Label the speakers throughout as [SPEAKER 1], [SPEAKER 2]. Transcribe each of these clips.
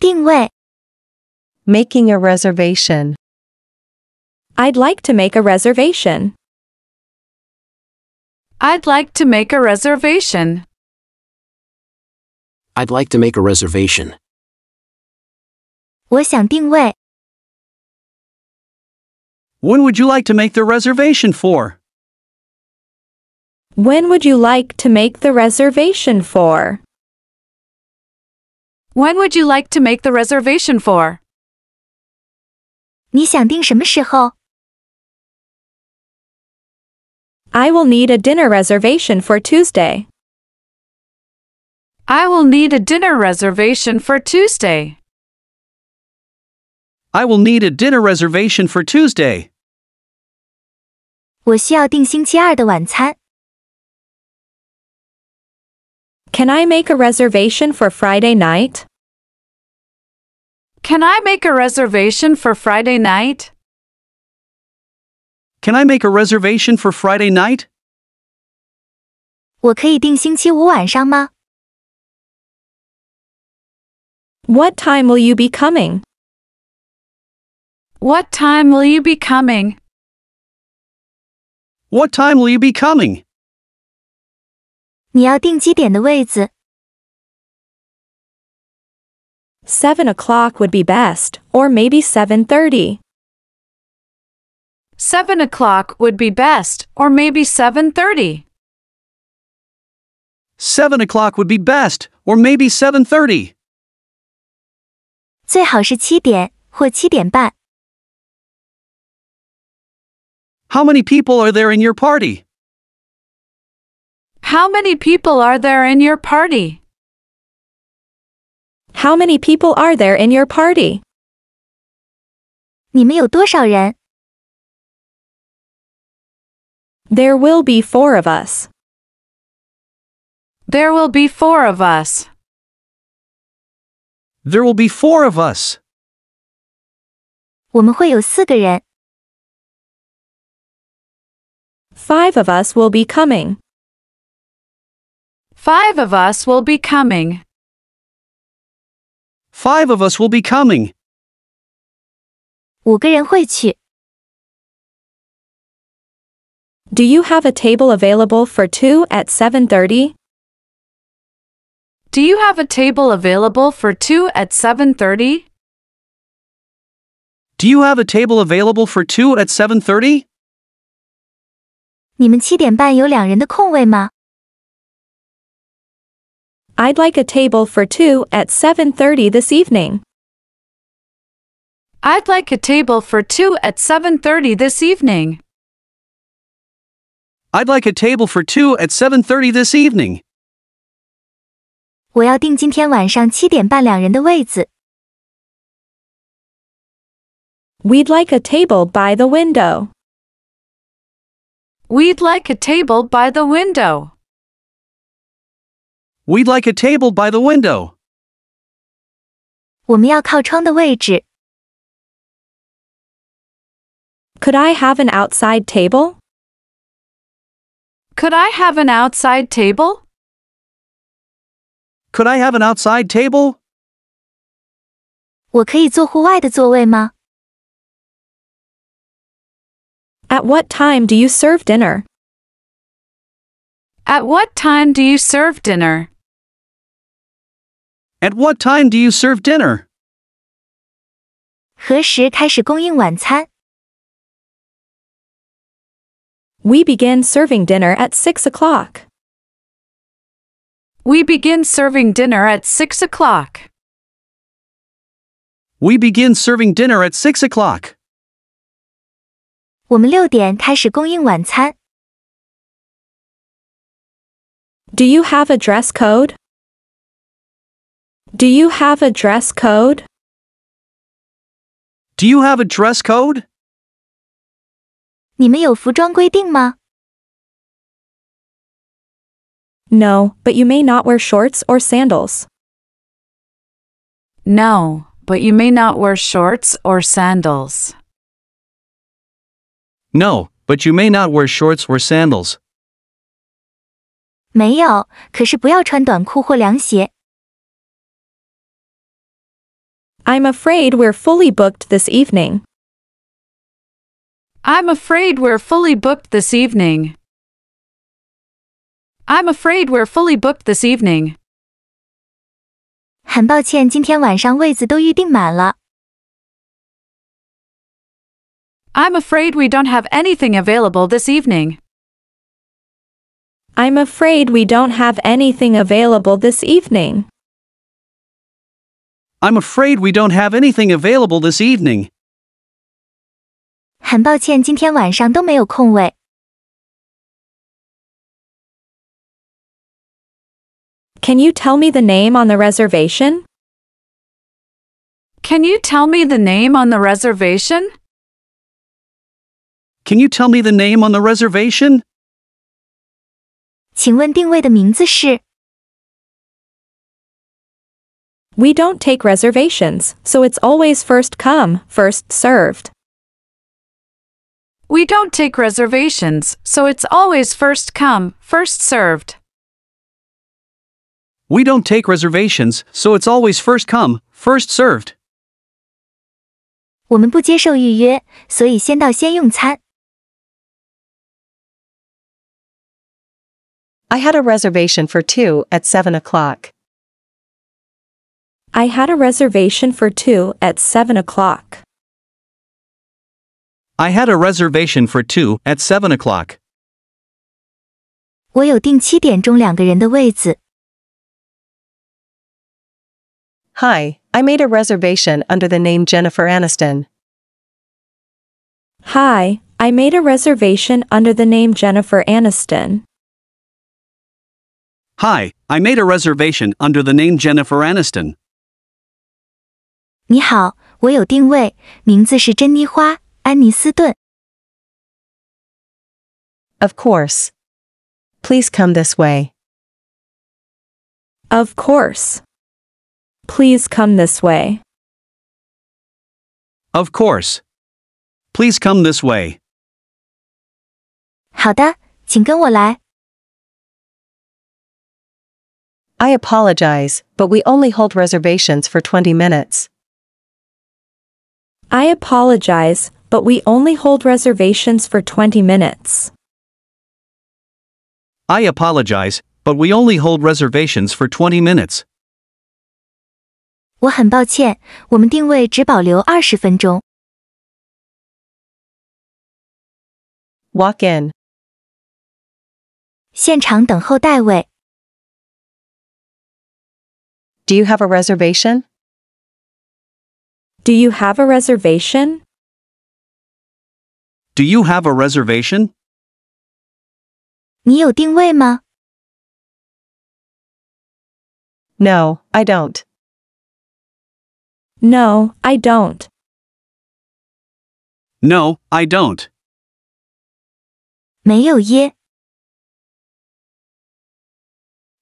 [SPEAKER 1] 定位、
[SPEAKER 2] Making a reservation.
[SPEAKER 3] I'd like to make a reservation.
[SPEAKER 4] I'd like to make a reservation.
[SPEAKER 5] I'd like to make a reservation.
[SPEAKER 1] 我想定位、
[SPEAKER 6] When would you like to make the reservation for?
[SPEAKER 3] When would you like to make the reservation for?
[SPEAKER 4] When would you like to make the reservation for?
[SPEAKER 1] 你想定什么时候？
[SPEAKER 3] I will need a dinner reservation for Tuesday.
[SPEAKER 4] I will need a dinner reservation for Tuesday.
[SPEAKER 6] I will need a dinner reservation for Tuesday.
[SPEAKER 1] 我需要订星期二的晚餐。
[SPEAKER 3] Can I make a reservation for Friday night?
[SPEAKER 4] Can I make a reservation for Friday night?
[SPEAKER 6] Can I make a reservation for Friday night?
[SPEAKER 1] 我可以订星期五晚上吗？
[SPEAKER 3] What time will you be coming?
[SPEAKER 4] What time will you be coming?
[SPEAKER 6] What time will you be coming?
[SPEAKER 1] 你要定几点的位子？
[SPEAKER 3] 7 o'clock would be best, or maybe 7.30.
[SPEAKER 4] 7 o'clock would be best, or maybe 7.30.
[SPEAKER 6] 7 o'clock would be best, or maybe 7.30.
[SPEAKER 1] 最好是七点或七点半。
[SPEAKER 6] How many people are there in your party?
[SPEAKER 4] How many people are there in your party?
[SPEAKER 3] How many people are there in your party?
[SPEAKER 1] 你们有多少人？
[SPEAKER 3] There will be four of us.
[SPEAKER 4] There will be four of us.
[SPEAKER 6] There will be four of us.
[SPEAKER 1] 我们会有四个人。
[SPEAKER 3] Five of us will be coming.
[SPEAKER 4] Five of us will be coming.
[SPEAKER 6] Five of us will be coming.
[SPEAKER 1] 五个人会去。
[SPEAKER 3] Do you have a table available for two at 7.30?
[SPEAKER 4] Do you have a table available for 2 at 7.30?
[SPEAKER 6] Do you have a table available for two at 7.30?
[SPEAKER 1] 你们七点半有两人的空位吗？
[SPEAKER 3] I'd like a table for two at 7.30 this evening.
[SPEAKER 4] I'd like a table for 2 at 7.30 this evening.
[SPEAKER 6] I'd like a table for two at 7.30 this evening.
[SPEAKER 1] 我要订今天晚上七点半两人的位子。
[SPEAKER 3] We'd like a table by the window.
[SPEAKER 4] We'd like a table by the window.
[SPEAKER 6] We'd like a table by the window.
[SPEAKER 1] 我们要靠窗的位置。
[SPEAKER 3] Could I have an outside table?
[SPEAKER 4] Could I have an outside table?
[SPEAKER 6] Could I have an outside table?
[SPEAKER 1] 我可以坐户外的座位吗？
[SPEAKER 3] At what time do you serve dinner?
[SPEAKER 4] At what time do you serve dinner?
[SPEAKER 6] At what time do you serve dinner?
[SPEAKER 1] 何时开始供应晚餐？
[SPEAKER 3] We begin serving dinner at 6 o'clock.
[SPEAKER 4] We begin serving dinner at 6 o'clock.
[SPEAKER 6] We begin serving dinner at 6 o'clock.
[SPEAKER 1] 我们六点开始供应晚餐。
[SPEAKER 3] Do you have a dress code? Do you have a dress code?
[SPEAKER 6] Do you have a dress code?
[SPEAKER 1] 你们有服装规定吗？
[SPEAKER 3] No, but you may not wear shorts or sandals.
[SPEAKER 4] No, but you may not wear shorts or sandals.
[SPEAKER 6] No, but you may not wear shorts or sandals.
[SPEAKER 1] 没有，可是不要穿短裤或凉鞋。
[SPEAKER 3] I'm afraid we're fully booked this evening.
[SPEAKER 4] I'm afraid we're fully booked this evening. I'm afraid we're fully booked this evening.
[SPEAKER 1] 很抱歉，今天晚上位子都预定满了。
[SPEAKER 4] I'm afraid we don't have anything available this evening.
[SPEAKER 3] I'm afraid we don't have anything available this evening.
[SPEAKER 6] I'm afraid we don't have anything available this evening.
[SPEAKER 1] 很抱歉，今天晚上都没有空位。
[SPEAKER 3] Can you tell me the name on the reservation?
[SPEAKER 4] Can you tell me the name on the reservation?
[SPEAKER 6] Can you tell me the name on the reservation?
[SPEAKER 1] 请问定位的名字是？
[SPEAKER 3] We don't take reservations, so it's always first come, first served.
[SPEAKER 4] We don't take reservations, so it's always first come, first served.
[SPEAKER 6] We don't take reservations, so it's always first come, first served.
[SPEAKER 1] 我们不接受预约，所以先到先用餐。
[SPEAKER 2] I had a reservation for two at 7 o'clock.
[SPEAKER 3] I had a reservation for two at seven o'clock.
[SPEAKER 6] I had a reservation for two at 7 o'clock.
[SPEAKER 1] 我有订七点钟两个人的位子。
[SPEAKER 2] Hi, I made a reservation under the name Jennifer Aniston.
[SPEAKER 3] Hi, I made a reservation under the name Jennifer Aniston.
[SPEAKER 6] Hi, I made a reservation under the name Jennifer Aniston.
[SPEAKER 1] 你好，我有定位，名字是珍妮花·安妮斯顿。
[SPEAKER 2] Of course. Please come this way.
[SPEAKER 3] Of course. Please come this way.
[SPEAKER 6] Of course. Please come this way.
[SPEAKER 1] 好的，请跟我来。
[SPEAKER 2] I apologize, but we only hold reservations for 20 minutes.
[SPEAKER 3] I apologize, but we only hold reservations for 20 minutes.
[SPEAKER 6] I apologize, but we only hold reservations for 20 minutes.
[SPEAKER 1] 我很抱歉，我们定位只保留二十分钟。
[SPEAKER 2] Walk in.
[SPEAKER 1] 现场等候待位。
[SPEAKER 2] Do you have a reservation?
[SPEAKER 3] Do you have a reservation?
[SPEAKER 6] Do you have a reservation?
[SPEAKER 1] 你有定位吗？
[SPEAKER 2] No, I don't.
[SPEAKER 3] No, I don't.
[SPEAKER 6] No, I don't.
[SPEAKER 1] 没有耶，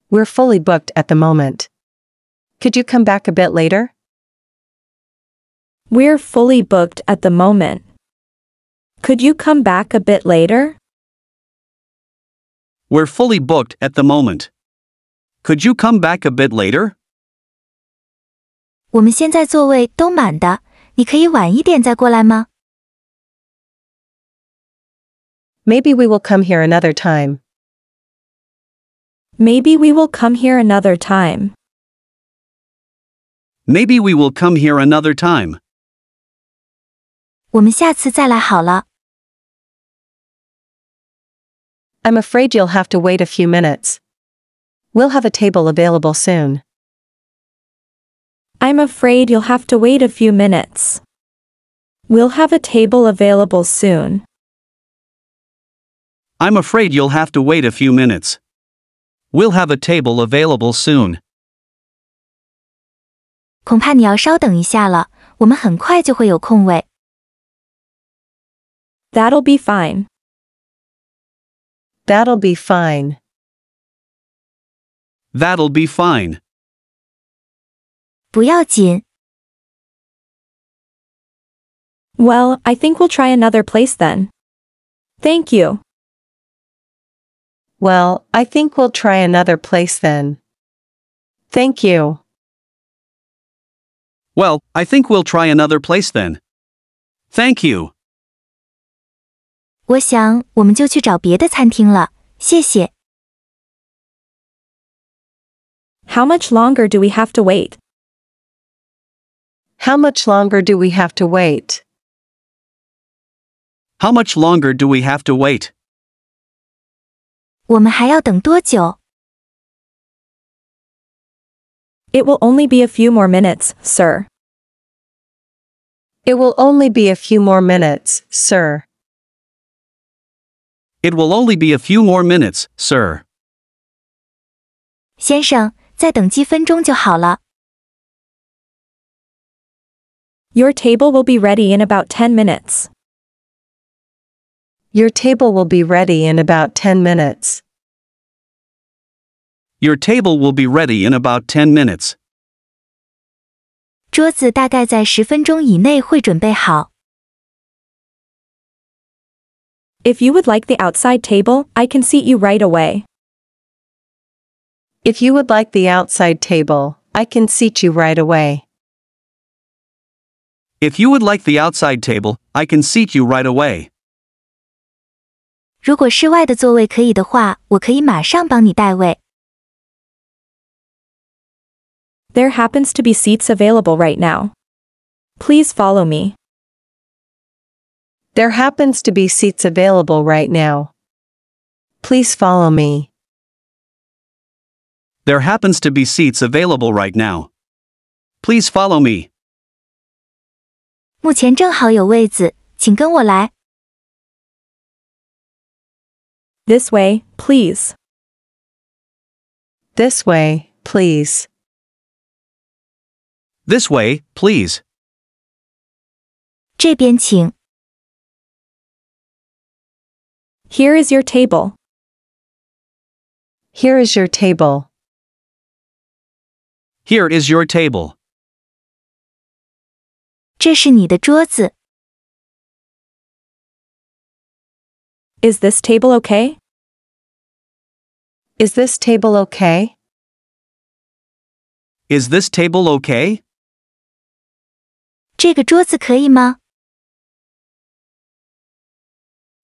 [SPEAKER 2] We're fully booked at the moment. Could you come back a bit later?
[SPEAKER 3] We're fully booked at the moment. Could you come back a bit later?
[SPEAKER 6] We're fully booked at the moment. Could you come back a bit later?
[SPEAKER 1] 我们现在座位都满的，你可以晚一点再过来吗？
[SPEAKER 2] Maybe we will come here another time.
[SPEAKER 3] Maybe we will come here another time.
[SPEAKER 6] Maybe we will come here another time.
[SPEAKER 1] 我们下次再来好了。
[SPEAKER 2] I'm afraid you'll have to wait a few minutes. We'll have a table available soon.
[SPEAKER 3] I'm afraid you'll have to wait a few minutes. We'll have a table available soon.
[SPEAKER 6] I'm afraid you'll have to wait a few minutes. We'll have a table available soon.
[SPEAKER 1] 恐怕你要稍等一下了，我们很快就会有空位。
[SPEAKER 3] That'll be fine.
[SPEAKER 2] That'll be fine.
[SPEAKER 6] That'll be fine.
[SPEAKER 1] 不要紧，
[SPEAKER 3] Well, I think we'll try another place then. Thank you.
[SPEAKER 2] Well, I think we'll try another place then. Thank you.
[SPEAKER 6] Well, I think we'll try another place then. Thank you.
[SPEAKER 1] 我想我们就去找别的餐厅了，谢谢。
[SPEAKER 3] How much longer do we have to wait?
[SPEAKER 2] How much longer do we have to wait?
[SPEAKER 6] How much longer do we have to wait?
[SPEAKER 1] 我们还要等多久？
[SPEAKER 3] It will only be a few more minutes, sir.
[SPEAKER 2] It will only be a few more minutes, sir.
[SPEAKER 6] It will only be a few more minutes, sir.
[SPEAKER 1] 先生，再等几分钟就好了。
[SPEAKER 3] Your table will be ready in about 10 minutes.
[SPEAKER 2] Your table will be ready in about 10 minutes.
[SPEAKER 6] Your table will be ready in about 10 minutes.
[SPEAKER 1] 桌子大概在十分钟以内会准备好。
[SPEAKER 3] If you would like the outside table, I can seat you right away.
[SPEAKER 2] If you would like the outside table, I can seat you right away.
[SPEAKER 6] If you would like the outside table, I can seat you right away.
[SPEAKER 1] 如果室外的座位可以的话，我可以马上帮你代位。
[SPEAKER 3] There happens to be seats available right now. Please follow me.
[SPEAKER 2] There happens to be seats available right now. Please follow me.
[SPEAKER 6] There happens to be seats available right now. Please follow me.
[SPEAKER 1] 目前正好有位子，请跟我来。
[SPEAKER 3] This way, please.
[SPEAKER 2] This way, please.
[SPEAKER 6] This way, please.
[SPEAKER 1] 这边请。
[SPEAKER 3] Here is your table.
[SPEAKER 2] Here is your table.
[SPEAKER 6] Here is your table.
[SPEAKER 1] 这是你的桌子，
[SPEAKER 3] Is this table okay?
[SPEAKER 2] Is this table okay?
[SPEAKER 6] Is this table okay?
[SPEAKER 1] 这个桌子可以吗？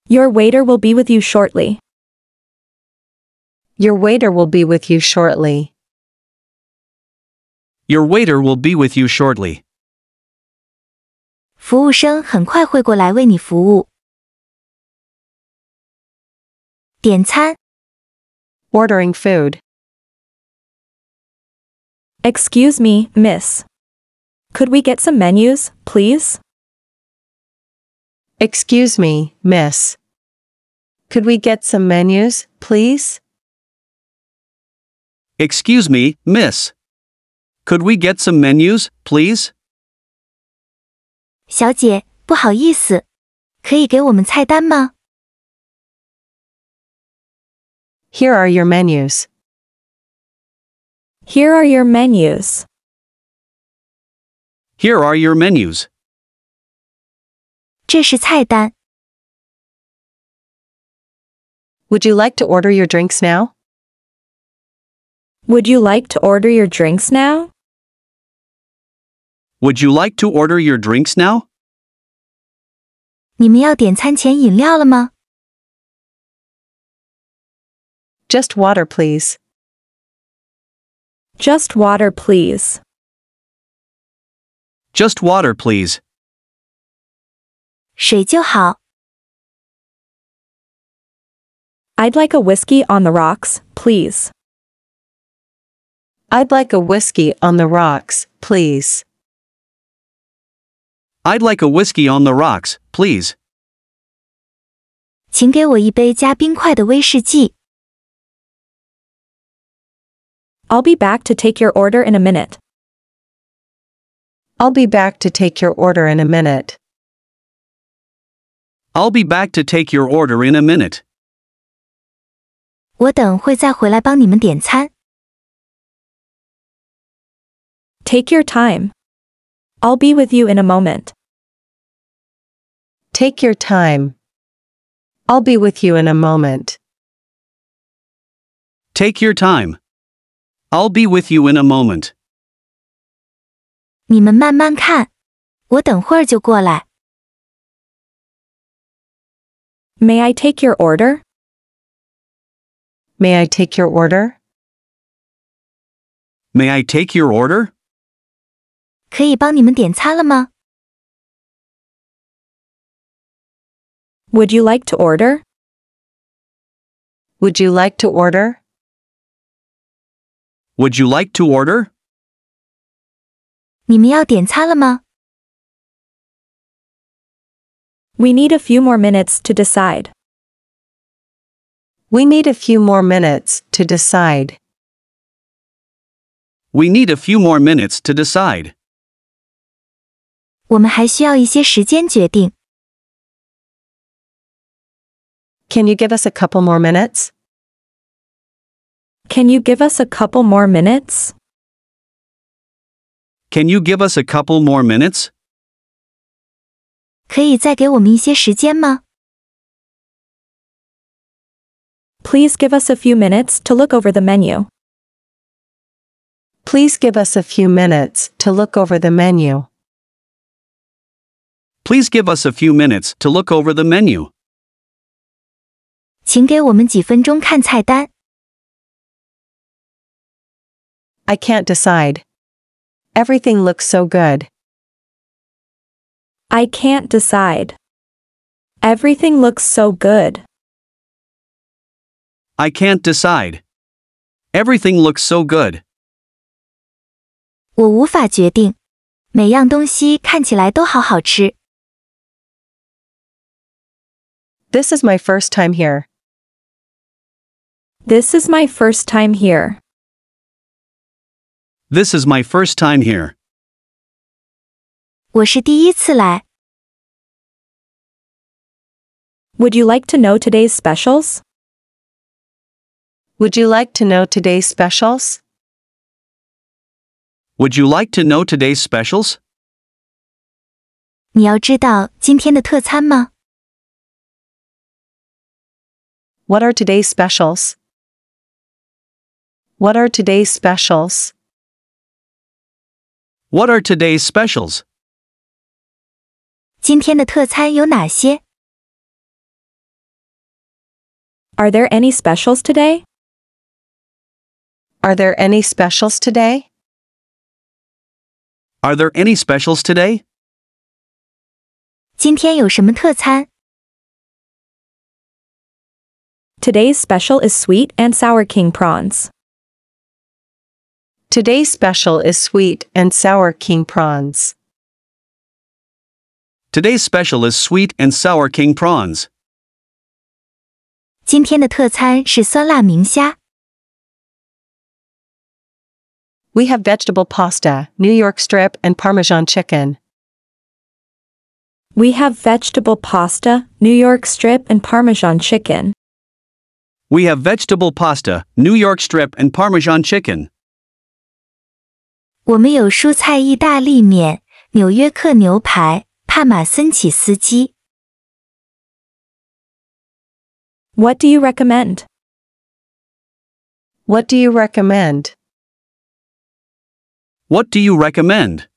[SPEAKER 3] Your waiter will be with you shortly.
[SPEAKER 2] Your waiter will be with you shortly.
[SPEAKER 6] Your waiter will be with you shortly.
[SPEAKER 1] 服务生很快会过来为你服务。点餐，
[SPEAKER 2] Ordering food.
[SPEAKER 3] Excuse me, miss. Could we get some menus, please?
[SPEAKER 2] Excuse me, miss. Could we get some menus, please?
[SPEAKER 6] Excuse me, miss. Could we get some menus, please?
[SPEAKER 1] 小姐，不好意思，可以给我们菜单吗？
[SPEAKER 2] Here are your menus.
[SPEAKER 3] Here are your menus.
[SPEAKER 6] Here are your menus.
[SPEAKER 1] 这是菜单，
[SPEAKER 2] Would you like to order your drinks now?
[SPEAKER 3] Would you like to order your drinks now?
[SPEAKER 6] Would you like to order your drinks now?
[SPEAKER 1] 你们要点餐前饮料了吗？
[SPEAKER 2] Just water, please.
[SPEAKER 3] Just water, please.
[SPEAKER 6] Just water, please.
[SPEAKER 1] 水就好。
[SPEAKER 3] I'd like a whiskey on the rocks, please.
[SPEAKER 2] I'd like a whiskey on the rocks, please.
[SPEAKER 6] I'd like a whiskey on the rocks, please.
[SPEAKER 1] 请给我一杯加冰块的威士忌。
[SPEAKER 3] I'll be back to take your order in a minute.
[SPEAKER 2] I'll be back to take your order in a minute.
[SPEAKER 6] I'll be back to take your order in a minute.
[SPEAKER 1] 我等会再回来帮你们点餐。
[SPEAKER 3] Take your time. I'll be with you in a moment.
[SPEAKER 2] Take your time. I'll be with you in a moment.
[SPEAKER 6] Take your time. I'll be with you in a moment.
[SPEAKER 1] 你们慢慢看，我等会儿就过来。
[SPEAKER 3] May I take your order?
[SPEAKER 2] May I take your order?
[SPEAKER 6] May I take your order?
[SPEAKER 1] 可以帮你们点餐了吗？
[SPEAKER 3] Would you like to order?
[SPEAKER 2] Would you like to order?
[SPEAKER 6] Would you like to order?
[SPEAKER 1] 你们要点餐了吗？
[SPEAKER 3] We need a few more minutes to decide.
[SPEAKER 2] We need a few more minutes to decide.
[SPEAKER 6] We need a few more minutes to decide.
[SPEAKER 1] 我们还需要一些时间决定。
[SPEAKER 2] Can you give us a couple more minutes?
[SPEAKER 3] Can you give us a couple more minutes?
[SPEAKER 6] Can you give us a couple more minutes?
[SPEAKER 1] 可以再给我们一些时间吗？
[SPEAKER 3] Please give us a few minutes to look over the menu.
[SPEAKER 2] Please give us a few minutes to look over the menu.
[SPEAKER 6] Please give us a few minutes to look over the menu.
[SPEAKER 1] 请给我们几分钟看菜单。
[SPEAKER 2] I can't decide. Everything looks so good.
[SPEAKER 3] I can't decide. Everything looks so good.
[SPEAKER 6] I can't decide. Everything looks so good.
[SPEAKER 1] 我无法决定，每样东西看起来都好好吃。
[SPEAKER 2] This is my first time here.
[SPEAKER 3] This is my first time here.
[SPEAKER 6] This is my first time here.
[SPEAKER 1] 我是第一次来，
[SPEAKER 3] Would you like to know today's specials?
[SPEAKER 2] Would you like to know today's specials?
[SPEAKER 6] Would you like to know today's specials?
[SPEAKER 1] 你要知道今天的特餐吗？
[SPEAKER 2] What are today's specials? What are today's specials?
[SPEAKER 6] What are today's specials?
[SPEAKER 1] 今天的特餐有哪些？
[SPEAKER 3] Are there any specials today?
[SPEAKER 2] Are there any specials today?
[SPEAKER 6] Are there any specials today?
[SPEAKER 1] 今天有什么特餐？
[SPEAKER 3] Today's special is sweet and sour king prawns.
[SPEAKER 2] Today's special is sweet and sour king prawns.
[SPEAKER 6] Today's special is sweet and sour king prawns.
[SPEAKER 1] 今天的特餐是酸辣明虾。
[SPEAKER 2] We have vegetable pasta, New York strip, and Parmesan chicken.
[SPEAKER 3] We have vegetable pasta, New York strip, and Parmesan chicken.
[SPEAKER 6] We have vegetable pasta, New York strip, and Parmesan chicken.
[SPEAKER 1] 我们有蔬菜意大利面、纽约客牛排、帕马森起司鸡。
[SPEAKER 3] What do you recommend?
[SPEAKER 2] What do you recommend?
[SPEAKER 6] What do you recommend?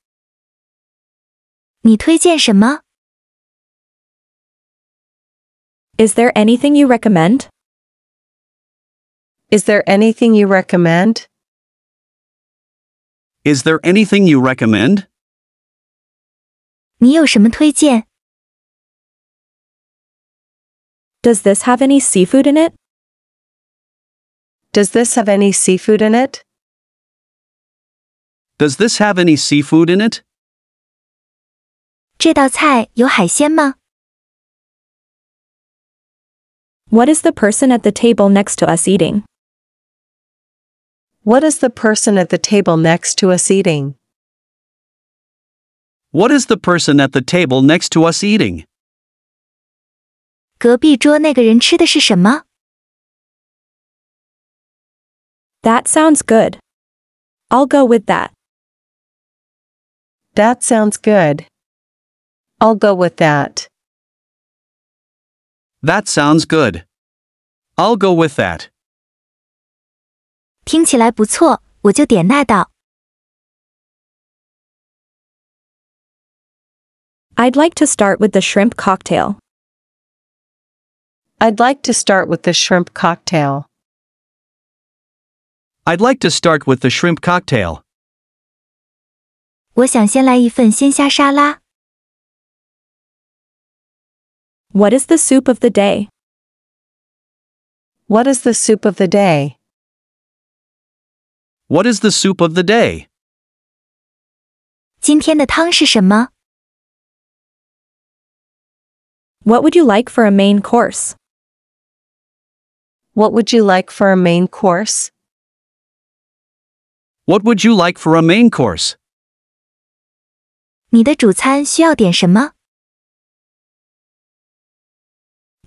[SPEAKER 1] 你推荐什么？
[SPEAKER 3] Is there anything you recommend?
[SPEAKER 2] Is there anything you recommend?
[SPEAKER 6] Is there anything you recommend?
[SPEAKER 1] 你有什么推荐？
[SPEAKER 3] Does this have any seafood in it?
[SPEAKER 2] Does this have any seafood in it?
[SPEAKER 6] Does this have any seafood in it?
[SPEAKER 1] 这道菜有海鲜吗？
[SPEAKER 3] What is the person at the table next to us eating?
[SPEAKER 2] What is the person at the table next to us eating?
[SPEAKER 6] What is the person at the table next to us eating?
[SPEAKER 1] 隔壁桌那个人吃的是什么？
[SPEAKER 3] That sounds good. I'll go with that.
[SPEAKER 2] That sounds good. I'll go with that.
[SPEAKER 6] That sounds good. I'll go with that.
[SPEAKER 1] 听起来不错，我就点那道。
[SPEAKER 3] I'd like to start with the shrimp cocktail.
[SPEAKER 2] I'd like to start with the shrimp cocktail.
[SPEAKER 6] I'd like to start with the shrimp cocktail.
[SPEAKER 1] 我想先来一份鲜虾沙拉。
[SPEAKER 3] What is the soup of the day?
[SPEAKER 2] What is the soup of the day?
[SPEAKER 6] What is the soup of the day?
[SPEAKER 1] 今天的汤是什么？
[SPEAKER 3] What would you like for a main course?
[SPEAKER 2] What would you like for a main course?
[SPEAKER 6] What would you like for a main course?
[SPEAKER 1] 你的主餐需要点什么？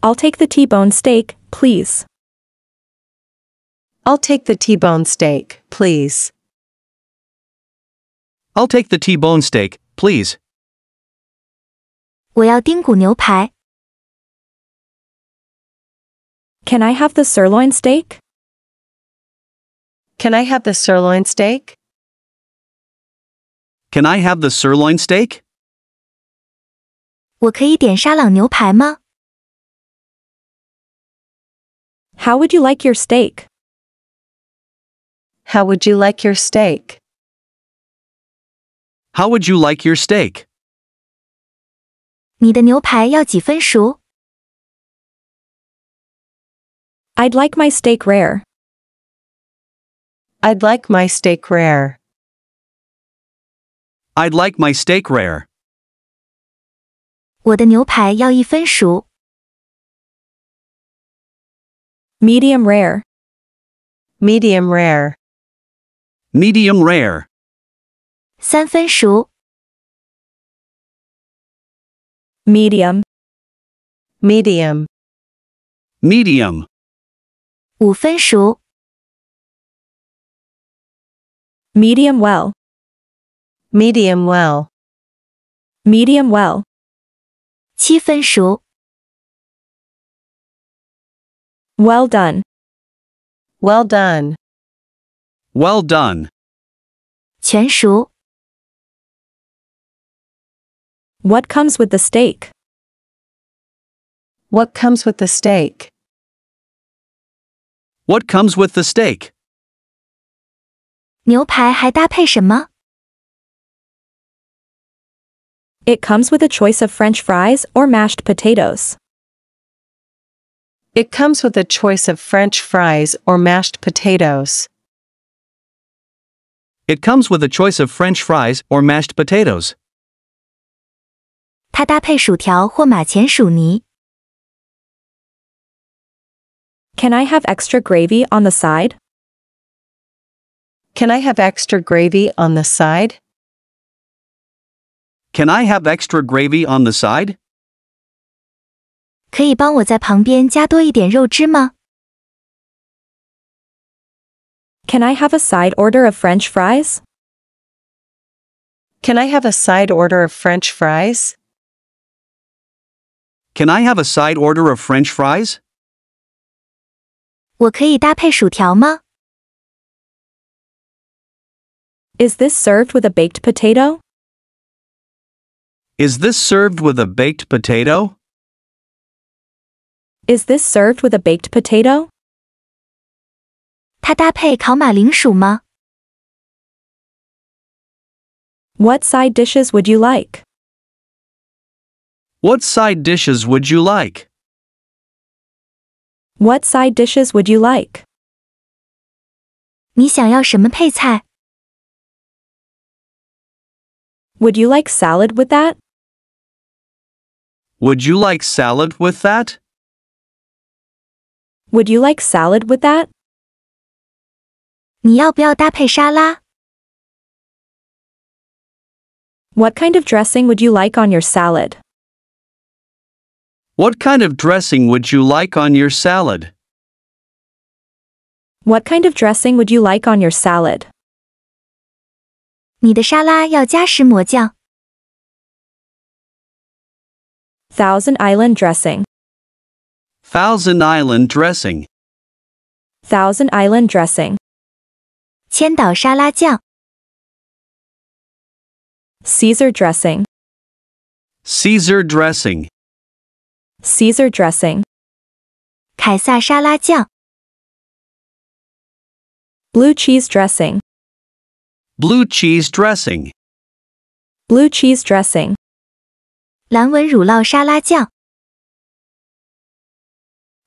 [SPEAKER 3] I'll take the T-bone steak, please.
[SPEAKER 2] I'll take the T bone steak, please.
[SPEAKER 6] I'll take the T bone steak, please.
[SPEAKER 1] 我要丁骨牛排。
[SPEAKER 3] Can I have the sirloin steak?
[SPEAKER 2] Can I have the sirloin steak?
[SPEAKER 6] Can I have the sirloin steak?
[SPEAKER 1] 我可以点沙朗牛排吗？
[SPEAKER 3] How would you like your steak?
[SPEAKER 2] How would you like your steak?
[SPEAKER 6] How would you like your steak?
[SPEAKER 1] 你的牛排要几分熟？
[SPEAKER 3] I'd like my steak rare.
[SPEAKER 2] I'd like my steak rare.
[SPEAKER 6] I'd like my steak rare.
[SPEAKER 1] 我的牛排要一分熟。
[SPEAKER 3] Medium rare.
[SPEAKER 2] Medium rare.
[SPEAKER 6] Medium rare.
[SPEAKER 1] 三分熟，
[SPEAKER 3] Medium.
[SPEAKER 2] Medium.
[SPEAKER 6] Medium.
[SPEAKER 1] 五分熟，
[SPEAKER 3] Medium well.
[SPEAKER 2] Medium well.
[SPEAKER 3] Medium well.
[SPEAKER 1] 七分熟，
[SPEAKER 3] Well done.
[SPEAKER 2] Well done.
[SPEAKER 6] Well done.
[SPEAKER 1] 全熟。
[SPEAKER 3] What comes with the steak?
[SPEAKER 2] What comes with the steak?
[SPEAKER 6] What comes with the steak?
[SPEAKER 1] 牛排还搭配什么？
[SPEAKER 3] It comes with a choice of french fries or mashed potatoes.
[SPEAKER 2] It comes with a choice of French fries or mashed potatoes.
[SPEAKER 6] It comes with a choice of french fries or mashed potatoes.
[SPEAKER 1] 它搭配薯条或马钱薯泥。
[SPEAKER 3] Can I have extra gravy on the side?
[SPEAKER 2] Can I have extra gravy on the side?
[SPEAKER 6] Can I have extra gravy on the side?
[SPEAKER 1] 可以帮我在旁边加多一点肉汁吗？
[SPEAKER 3] Can I have a side order of french fries?
[SPEAKER 2] Can I have a side order of French fries?
[SPEAKER 6] Can I have a side order of french fries?
[SPEAKER 1] 我可以搭配薯条吗？
[SPEAKER 3] Is this served with a baked potato?
[SPEAKER 6] Is this served with a baked potato?
[SPEAKER 3] Is this served with a baked potato?
[SPEAKER 1] 它搭配烤马铃薯吗？
[SPEAKER 3] What side dishes would you like?
[SPEAKER 6] What side dishes would you like?
[SPEAKER 3] What side dishes would you like?
[SPEAKER 1] 你想要什么配菜？
[SPEAKER 3] Would you like salad with that?
[SPEAKER 6] Would you like salad with that?
[SPEAKER 3] Would you like salad with that?
[SPEAKER 1] 你要不要搭配沙拉？
[SPEAKER 3] What kind of dressing would you like on your salad?
[SPEAKER 6] What kind of dressing would you like on your salad?
[SPEAKER 3] What kind of dressing would you like on your salad?
[SPEAKER 1] 你的沙拉要加石磨酱。
[SPEAKER 3] Thousand Island dressing.
[SPEAKER 6] Thousand Island dressing.
[SPEAKER 3] Thousand Island dressing.
[SPEAKER 1] 千岛沙拉酱、
[SPEAKER 3] Caesar dressing.
[SPEAKER 6] Caesar dressing.
[SPEAKER 3] Caesar dressing.
[SPEAKER 1] 凯撒沙拉酱、
[SPEAKER 3] Blue cheese dressing.
[SPEAKER 6] Blue cheese dressing.
[SPEAKER 3] Blue cheese dressing.
[SPEAKER 1] 蓝纹乳酪沙拉酱、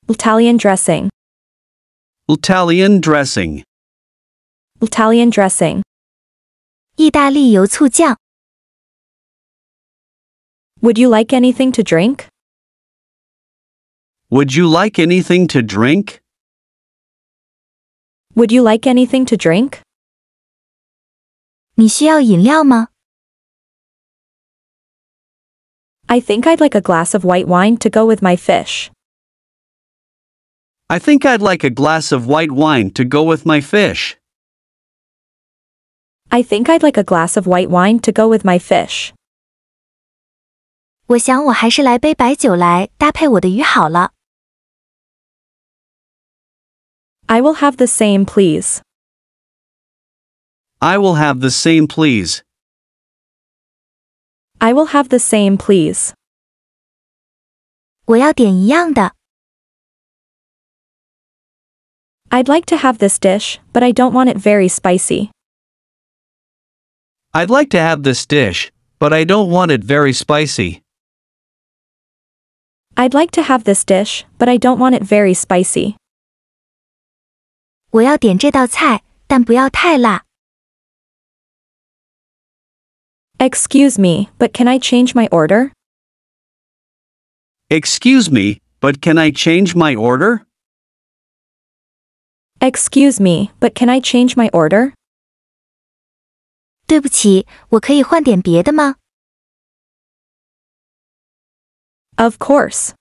[SPEAKER 3] Italian dressing.
[SPEAKER 6] Italian dressing.
[SPEAKER 3] Italian dressing.
[SPEAKER 1] 意大利油醋酱、
[SPEAKER 3] Would you like anything to drink?
[SPEAKER 6] Would you like anything to drink?
[SPEAKER 3] Would you like anything to drink?
[SPEAKER 1] 你需要饮料吗？
[SPEAKER 3] I think I'd like a glass of white wine to go with my fish.
[SPEAKER 6] I think I'd like a glass of white wine to go with my fish.
[SPEAKER 3] I think I'd like a glass of white wine to go with my fish.
[SPEAKER 1] 我想我还是来杯白酒来搭配我的鱼好了。
[SPEAKER 3] I will have the same, please.
[SPEAKER 6] I will have the same, please.
[SPEAKER 3] I will have the same, please.
[SPEAKER 1] 我要点一样的，
[SPEAKER 3] I'd like to have this dish, but I don't want it very spicy.
[SPEAKER 6] I'd like to have this dish, but I don't want it very spicy.
[SPEAKER 3] I'd like to have this dish, but I don't want it very spicy.
[SPEAKER 1] 我要点这道菜，但不要太辣。
[SPEAKER 3] Excuse me, but can I change my order?
[SPEAKER 6] Excuse me, but can I change my order?
[SPEAKER 3] Excuse me, but can I change my order?
[SPEAKER 1] 对不起，我可以换点别的吗？
[SPEAKER 3] Of course.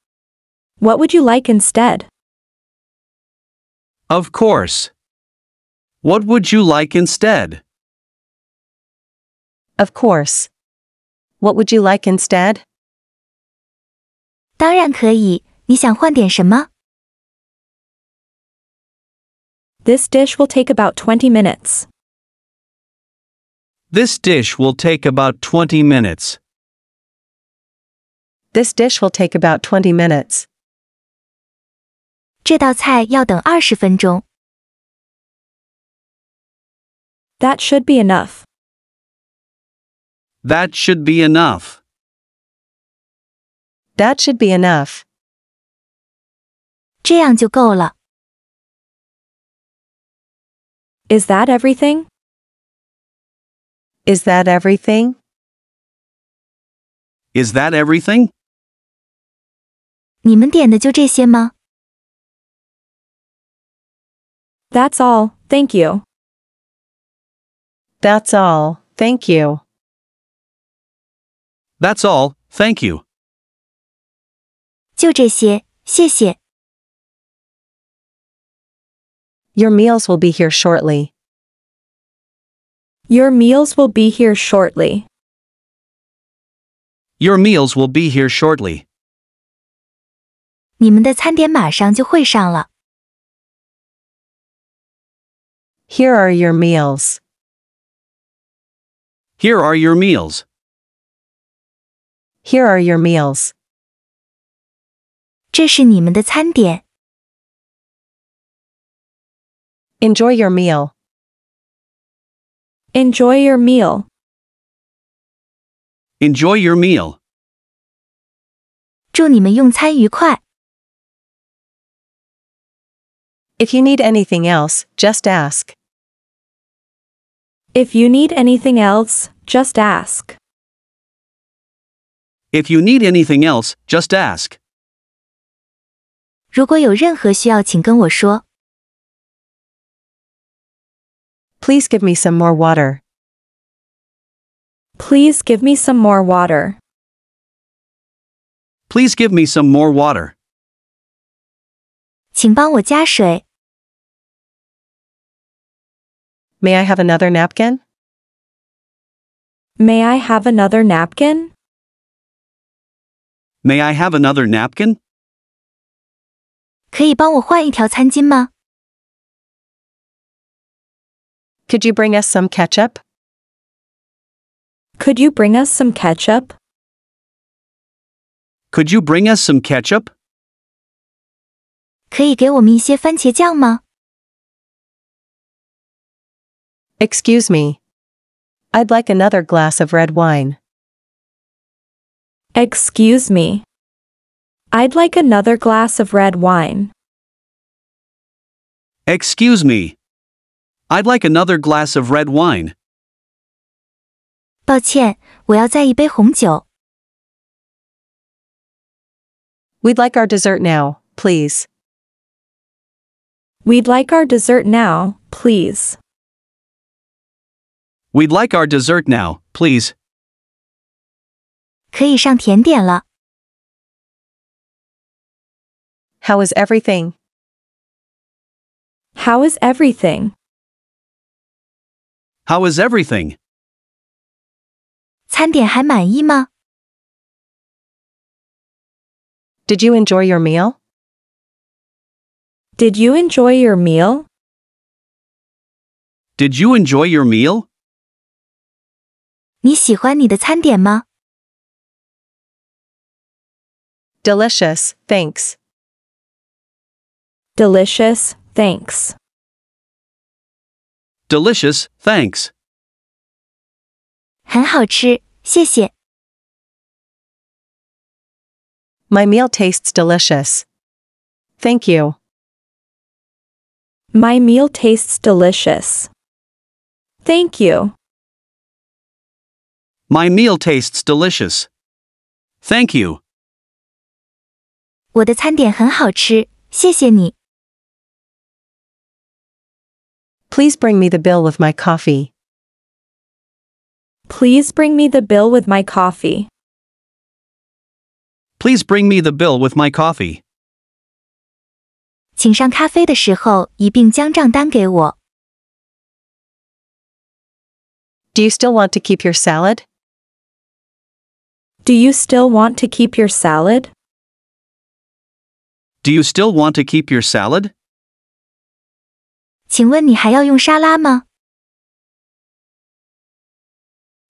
[SPEAKER 3] What would you like instead?
[SPEAKER 6] Of course. What would you like instead?
[SPEAKER 2] Of course. What would you like instead?
[SPEAKER 1] 当然可以，你想换点什么？
[SPEAKER 3] This dish will take about 20 minutes.
[SPEAKER 6] This dish will take about 20 minutes.
[SPEAKER 2] This dish will take about 20 minutes.
[SPEAKER 1] 这道菜要等二十分钟。
[SPEAKER 3] That should be enough.
[SPEAKER 6] That should be enough.
[SPEAKER 2] That should be enough.
[SPEAKER 1] 这样就够了。
[SPEAKER 3] Is that everything?
[SPEAKER 2] Is that everything?
[SPEAKER 6] Is that everything?
[SPEAKER 1] 你们点的就这些吗？
[SPEAKER 3] That's all, thank you.
[SPEAKER 2] That's all. Thank you.
[SPEAKER 6] That's all, thank you.
[SPEAKER 1] 就这些，谢谢。
[SPEAKER 2] Your meals will be here shortly.
[SPEAKER 3] Your meals will be here shortly.
[SPEAKER 6] Your meals will be here shortly.
[SPEAKER 1] 你们的餐点马上就会上了。
[SPEAKER 2] Here are your meals.
[SPEAKER 6] Here are your meals.
[SPEAKER 2] Here are your meals.
[SPEAKER 1] 这是你们的餐点，
[SPEAKER 2] Enjoy your meal.
[SPEAKER 3] Enjoy your meal.
[SPEAKER 6] Enjoy your meal.
[SPEAKER 1] 祝你们用餐愉快。
[SPEAKER 2] If you need anything else, just ask.
[SPEAKER 3] If you need anything else, just ask.
[SPEAKER 6] If you need anything else, just ask.
[SPEAKER 1] 如果有任何需要，请跟我说。
[SPEAKER 2] Please give me some more water.
[SPEAKER 3] Please give me some more water.
[SPEAKER 6] Please give me some more water.
[SPEAKER 1] 请帮我加水。
[SPEAKER 2] May I have another napkin?
[SPEAKER 3] May I have another napkin?
[SPEAKER 6] May I have another napkin?
[SPEAKER 1] 可以帮我换一条餐巾吗？
[SPEAKER 2] Could you bring us some ketchup?
[SPEAKER 3] Could you bring us some ketchup?
[SPEAKER 6] Could you bring us some ketchup?
[SPEAKER 1] 可以给我们一些番茄酱吗？
[SPEAKER 2] Excuse me. I'd like another glass of red wine.
[SPEAKER 3] Excuse me. I'd like another glass of red wine.
[SPEAKER 6] Excuse me. I'd like another glass of red wine.
[SPEAKER 1] 抱歉，我要再一杯红酒。
[SPEAKER 2] We'd like our dessert now, please.
[SPEAKER 3] We'd like our dessert now, please.
[SPEAKER 6] We'd like our dessert now, please.
[SPEAKER 1] 可以上甜点了。
[SPEAKER 2] How is everything?
[SPEAKER 3] How is everything?
[SPEAKER 6] How is everything?
[SPEAKER 1] 餐点还满意吗？
[SPEAKER 2] Did you enjoy your meal?
[SPEAKER 3] Did you enjoy your meal?
[SPEAKER 6] Did you enjoy your meal?
[SPEAKER 1] 你喜欢你的餐点吗？
[SPEAKER 2] Delicious, thanks.
[SPEAKER 3] Delicious, thanks.
[SPEAKER 6] Delicious, thanks.
[SPEAKER 1] 很好吃，谢谢。
[SPEAKER 2] My meal tastes delicious. Thank you.
[SPEAKER 3] My meal tastes delicious. Thank you.
[SPEAKER 6] My meal tastes delicious. Thank you.
[SPEAKER 1] 我的餐点很好吃，谢谢你。
[SPEAKER 2] Please bring me the bill with my coffee.
[SPEAKER 3] Please bring me the bill with my coffee.
[SPEAKER 6] Please bring me the bill with my coffee.
[SPEAKER 1] 请上咖啡的时候一并将账单给我。
[SPEAKER 2] Do you still want to keep your salad?
[SPEAKER 3] Do you still want to keep your salad?
[SPEAKER 6] Do you still want to keep your salad?
[SPEAKER 1] 请问你还要用沙拉吗？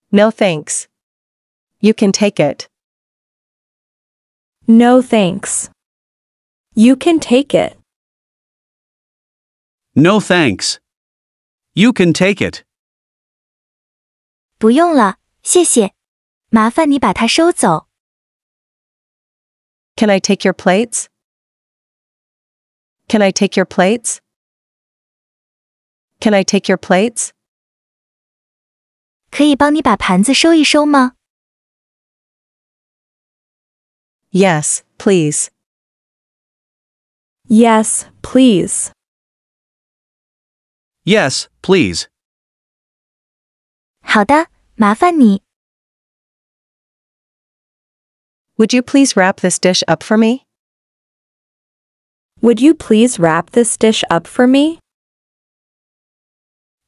[SPEAKER 2] No thanks. You can take it.
[SPEAKER 3] No thanks. You can take it.
[SPEAKER 6] No thanks. You can take it.
[SPEAKER 1] 不用了，谢谢。麻烦你把它收走。
[SPEAKER 2] Can I take your plates? Can I take your plates? Can I take your plates?
[SPEAKER 1] 可以帮你把盘子收一收吗？
[SPEAKER 2] Yes, please.
[SPEAKER 3] Yes, please.
[SPEAKER 6] Yes, please.
[SPEAKER 1] 好的，麻烦你。
[SPEAKER 2] Would you please wrap this dish up for me?
[SPEAKER 3] Would you please wrap this dish up for me?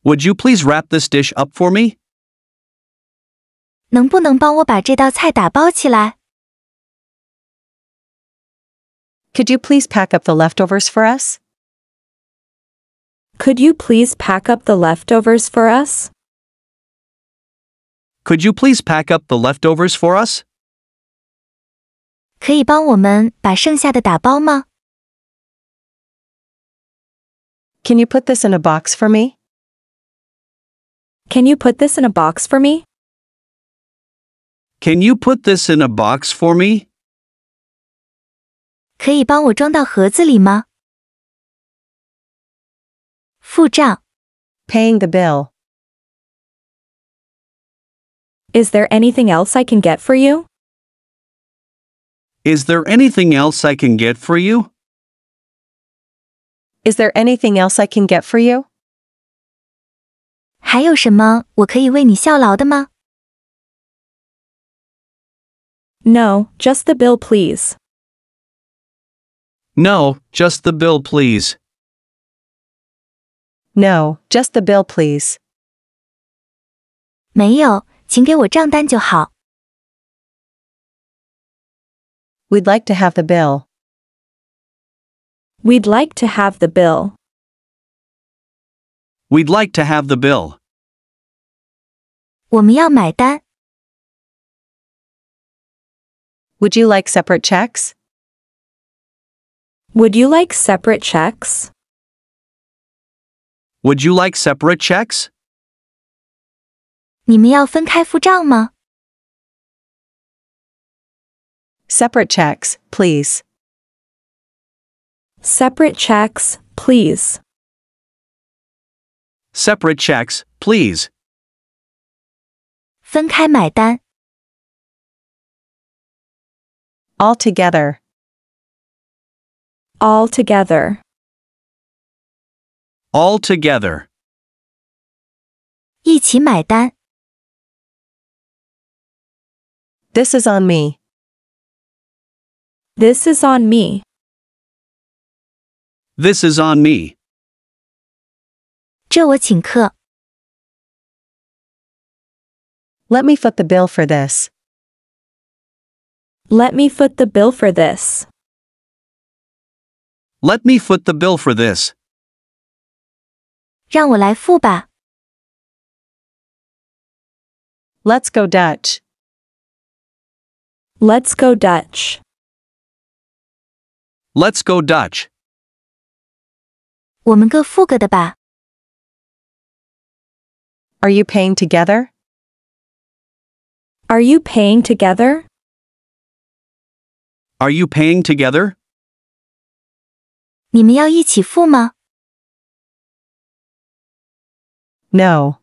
[SPEAKER 6] Would you please wrap this dish up for me?
[SPEAKER 1] 能不能帮我把这道菜打包起来？
[SPEAKER 2] Could you please pack up the leftovers for us?
[SPEAKER 3] Could you please pack up the leftovers for us?
[SPEAKER 6] Could you please pack up the leftovers for us?
[SPEAKER 1] 可以帮我们把剩下的打包吗？
[SPEAKER 2] Can you put this in a box for me?
[SPEAKER 3] Can you put this in a box for me?
[SPEAKER 6] Can you put this in a box for me?
[SPEAKER 1] 可以帮我装到盒子里吗？付账，
[SPEAKER 2] Paying the bill.
[SPEAKER 3] Is there anything else I can get for you?
[SPEAKER 6] Is there anything else I can get for you?
[SPEAKER 2] Is there anything else I can get for you?
[SPEAKER 1] 还有什么我可以为你效劳的吗？
[SPEAKER 3] No, just the bill, please.
[SPEAKER 6] No, just the bill, please.
[SPEAKER 2] No, just the bill, please.
[SPEAKER 1] 没有，请给我账单就好。
[SPEAKER 2] We'd like to have the bill.
[SPEAKER 3] We'd like to have the bill.
[SPEAKER 6] We'd like to have the bill.
[SPEAKER 1] 我们要买单。
[SPEAKER 2] Would you like separate checks?
[SPEAKER 3] Would you like separate checks?
[SPEAKER 6] Would you like separate checks?
[SPEAKER 1] 你们要分开付账吗？
[SPEAKER 2] Separate checks, please.
[SPEAKER 3] Separate checks, please.
[SPEAKER 6] Separate checks, please.
[SPEAKER 1] 分开买单，
[SPEAKER 2] All together.
[SPEAKER 3] All together.
[SPEAKER 6] All together.
[SPEAKER 1] 一起买单。
[SPEAKER 2] This is on me.
[SPEAKER 3] This is on me.
[SPEAKER 6] This is on me.
[SPEAKER 1] 这我请客，
[SPEAKER 2] Let me foot the bill for this.
[SPEAKER 3] Let me foot the bill for this.
[SPEAKER 6] Let me foot the bill for this.
[SPEAKER 1] 让我来付吧。
[SPEAKER 2] Let's go Dutch.
[SPEAKER 3] Let's go Dutch.
[SPEAKER 6] Let's go Dutch.
[SPEAKER 1] 我们各付各的吧。
[SPEAKER 2] Are you paying together?
[SPEAKER 3] Are you paying together?
[SPEAKER 6] Are you paying together?
[SPEAKER 1] 你们要一起付吗？
[SPEAKER 2] No.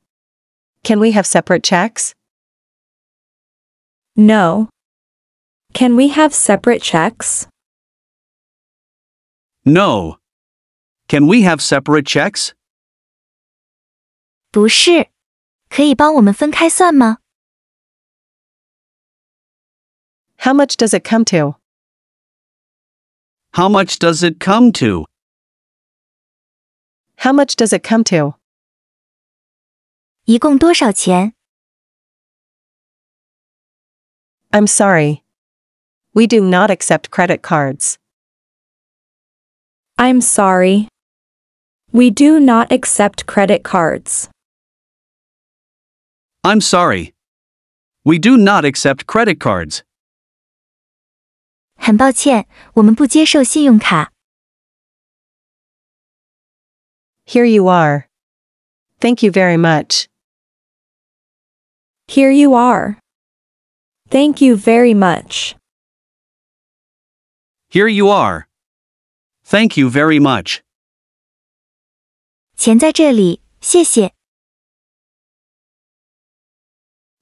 [SPEAKER 2] Can we have separate checks?
[SPEAKER 3] No. Can we have separate checks?
[SPEAKER 6] No. Can we have separate checks?
[SPEAKER 1] 不是，可以帮我们分开算吗？
[SPEAKER 2] How much does it come to?
[SPEAKER 6] How much does it come to?
[SPEAKER 2] How much does it come to?
[SPEAKER 1] 一共多少钱？
[SPEAKER 2] I'm sorry. We do not accept credit cards.
[SPEAKER 3] I'm sorry. We do not accept credit cards.
[SPEAKER 6] I'm sorry. We do not accept credit cards.
[SPEAKER 1] 很抱歉，我们不接受信用卡。
[SPEAKER 2] Here you are. Thank you very much.
[SPEAKER 3] Here you are. Thank you very much.
[SPEAKER 6] Here you are. Thank you very much.
[SPEAKER 1] 钱在这里，谢谢。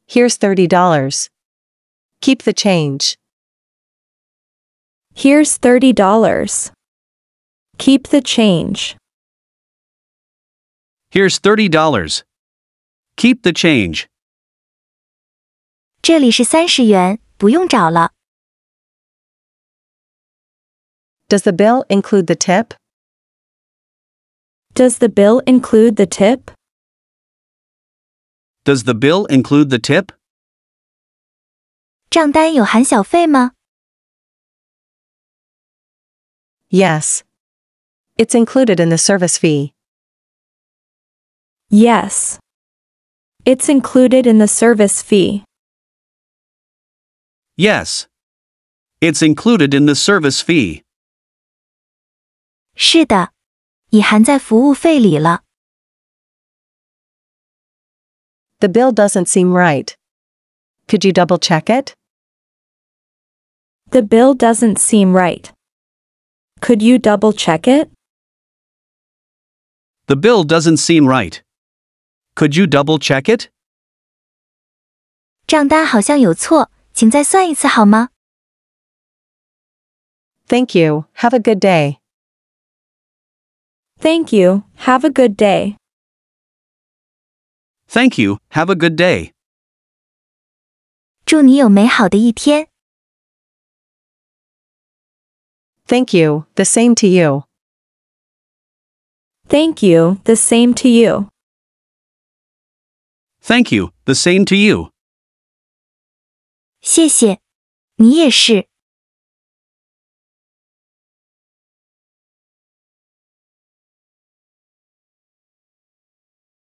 [SPEAKER 2] Here's $30. Keep the change.
[SPEAKER 3] Here's $30. Keep the change.
[SPEAKER 6] Here's $30. Keep the change.
[SPEAKER 1] 这里是三十元，不用找了。
[SPEAKER 2] Does the bill include the tip?
[SPEAKER 3] Does the bill include the tip?
[SPEAKER 6] Does the bill include the tip?
[SPEAKER 1] 账单有含小费吗？
[SPEAKER 2] Yes. It's included in the service fee.
[SPEAKER 3] Yes. It's included in the service fee.
[SPEAKER 6] Yes. It's included in the service fee.
[SPEAKER 1] 是的，已含在服务费里了。
[SPEAKER 2] The bill doesn't seem right. Could you double check it?
[SPEAKER 3] The bill doesn't seem right. Could you double check it?
[SPEAKER 6] The bill doesn't seem right. Could you double check it?
[SPEAKER 1] 账单好像有错，请再算一次好吗？
[SPEAKER 2] Thank you. Have a good day.
[SPEAKER 3] Thank you. Have a good day.
[SPEAKER 6] Thank you. Have a good day.
[SPEAKER 1] 祝你有美好的一天。
[SPEAKER 2] Thank you. The same to you.
[SPEAKER 3] Thank you. The same to you.
[SPEAKER 6] Thank you. The same to you.
[SPEAKER 1] 谢谢，你也是。